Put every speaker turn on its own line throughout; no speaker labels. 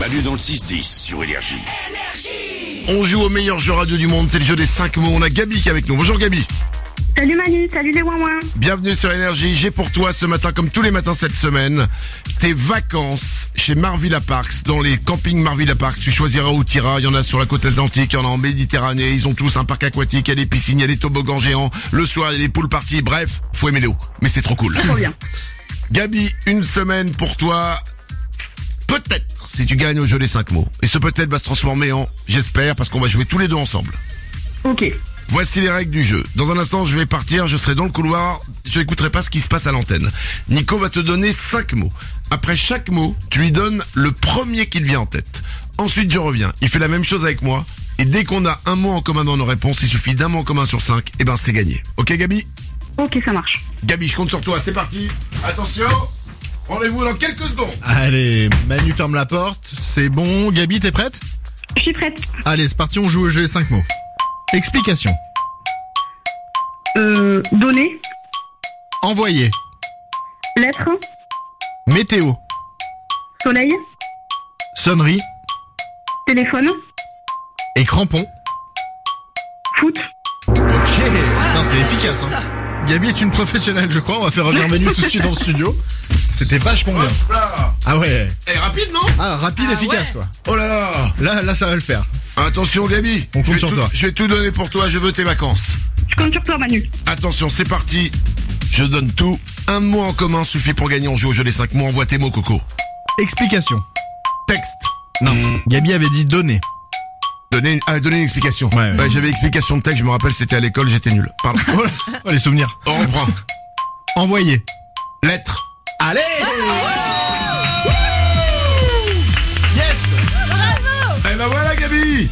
Manu dans le 6-10 sur Énergie.
On joue au meilleur jeu radio du monde, c'est le jeu des 5 mots. On a Gabi qui est avec nous. Bonjour Gabi.
Salut Manu, salut les Wouin
Bienvenue sur Énergie. J'ai pour toi ce matin, comme tous les matins cette semaine, tes vacances chez Marvilla Parks, dans les campings Marvilla Parks. Tu choisiras où t'iras. Il y en a sur la côte atlantique, il y en a en Méditerranée. Ils ont tous un parc aquatique, il y a des piscines, il y a des toboggans géants. Le soir, il y a des poules parties. Bref, faut aimer l'eau. Mais c'est trop cool.
Trop bien.
Gabi, une semaine pour toi. Peut-être si tu gagnes au jeu des 5 mots. Et ce peut-être va se transformer en j'espère parce qu'on va jouer tous les deux ensemble.
Ok.
Voici les règles du jeu. Dans un instant, je vais partir, je serai dans le couloir, je n'écouterai pas ce qui se passe à l'antenne. Nico va te donner 5 mots. Après chaque mot, tu lui donnes le premier qui te vient en tête. Ensuite, je reviens. Il fait la même chose avec moi. Et dès qu'on a un mot en commun dans nos réponses, il suffit d'un mot en commun sur 5, et ben c'est gagné. Ok Gabi
Ok, ça marche.
Gabi, je compte sur toi, c'est parti. Attention, rendez-vous dans quelques secondes.
Allez, Manu ferme la porte, c'est bon. Gabi, t'es prête
Je suis prête.
Allez, c'est parti, on joue au jeu 5 mots. Explication.
Euh, données,
Envoyer.
lettres,
Météo.
soleil,
Sonnerie.
téléphone,
Et crampons.
foot.
Ok, Putain, c'est efficace. Hein. Gabi est une professionnelle, je crois. On va faire revenir Manu tout de suite dans le studio. C'était vachement bien.
Hop là.
Ah ouais.
Eh, rapide, non
Ah, rapide, efficace quoi.
Oh là là
Là, là, ça va le faire.
Attention Gabi,
On compte
je vais
sur
tout-
toi.
Je vais tout donner pour toi, je veux tes vacances.
Je compte sur toi, Manu.
Attention, c'est parti. Je donne tout. Un mot en commun suffit pour gagner. On joue au jeu des 5 mots. Envoie tes mots, Coco.
Explication.
Texte.
Non. Gabi avait dit donner.
Donnez une, ah, donnez une explication.
Ouais, ouais.
Bah, J'avais explication de texte, je me rappelle, c'était à l'école, j'étais nul. Pardon.
Oh, les souvenirs.
On reprend.
Envoyer.
Lettre.
Allez Yes
Eh ben voilà, Gabi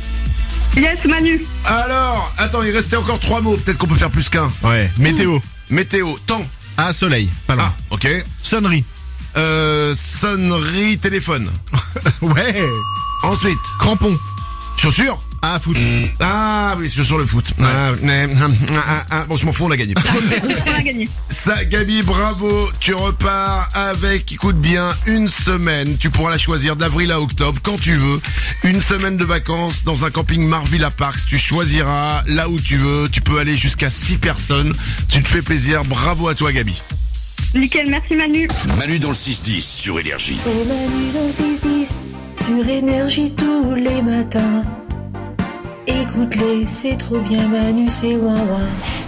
Yes, Manu.
Alors, attends, il restait encore trois mots. Peut-être qu'on peut faire plus qu'un.
Ouais, météo.
Météo, temps.
Ah, soleil. Pas loin.
Ah, ok.
Sonnerie.
Euh, sonnerie, téléphone.
Ouais.
Ensuite,
Crampons.
chaussures.
Ah, foot.
Ah oui, c'est sur le foot. Ah, mais, ah, ah, ah, bon, je m'en fous, on l'a gagné.
On a gagné.
Ça, Gabi, bravo. Tu repars avec, écoute bien, une semaine. Tu pourras la choisir d'avril à octobre, quand tu veux. Une semaine de vacances dans un camping Marvilla Parks. Tu choisiras là où tu veux. Tu peux aller jusqu'à 6 personnes. Tu te fais plaisir. Bravo à toi, Gabi.
Nickel, merci Manu.
Manu dans le 6-10 sur Énergie.
C'est Manu dans le 6-10 sur énergie tous les matins. Écoute-les, c'est trop bien Manu, c'est ouin ouin.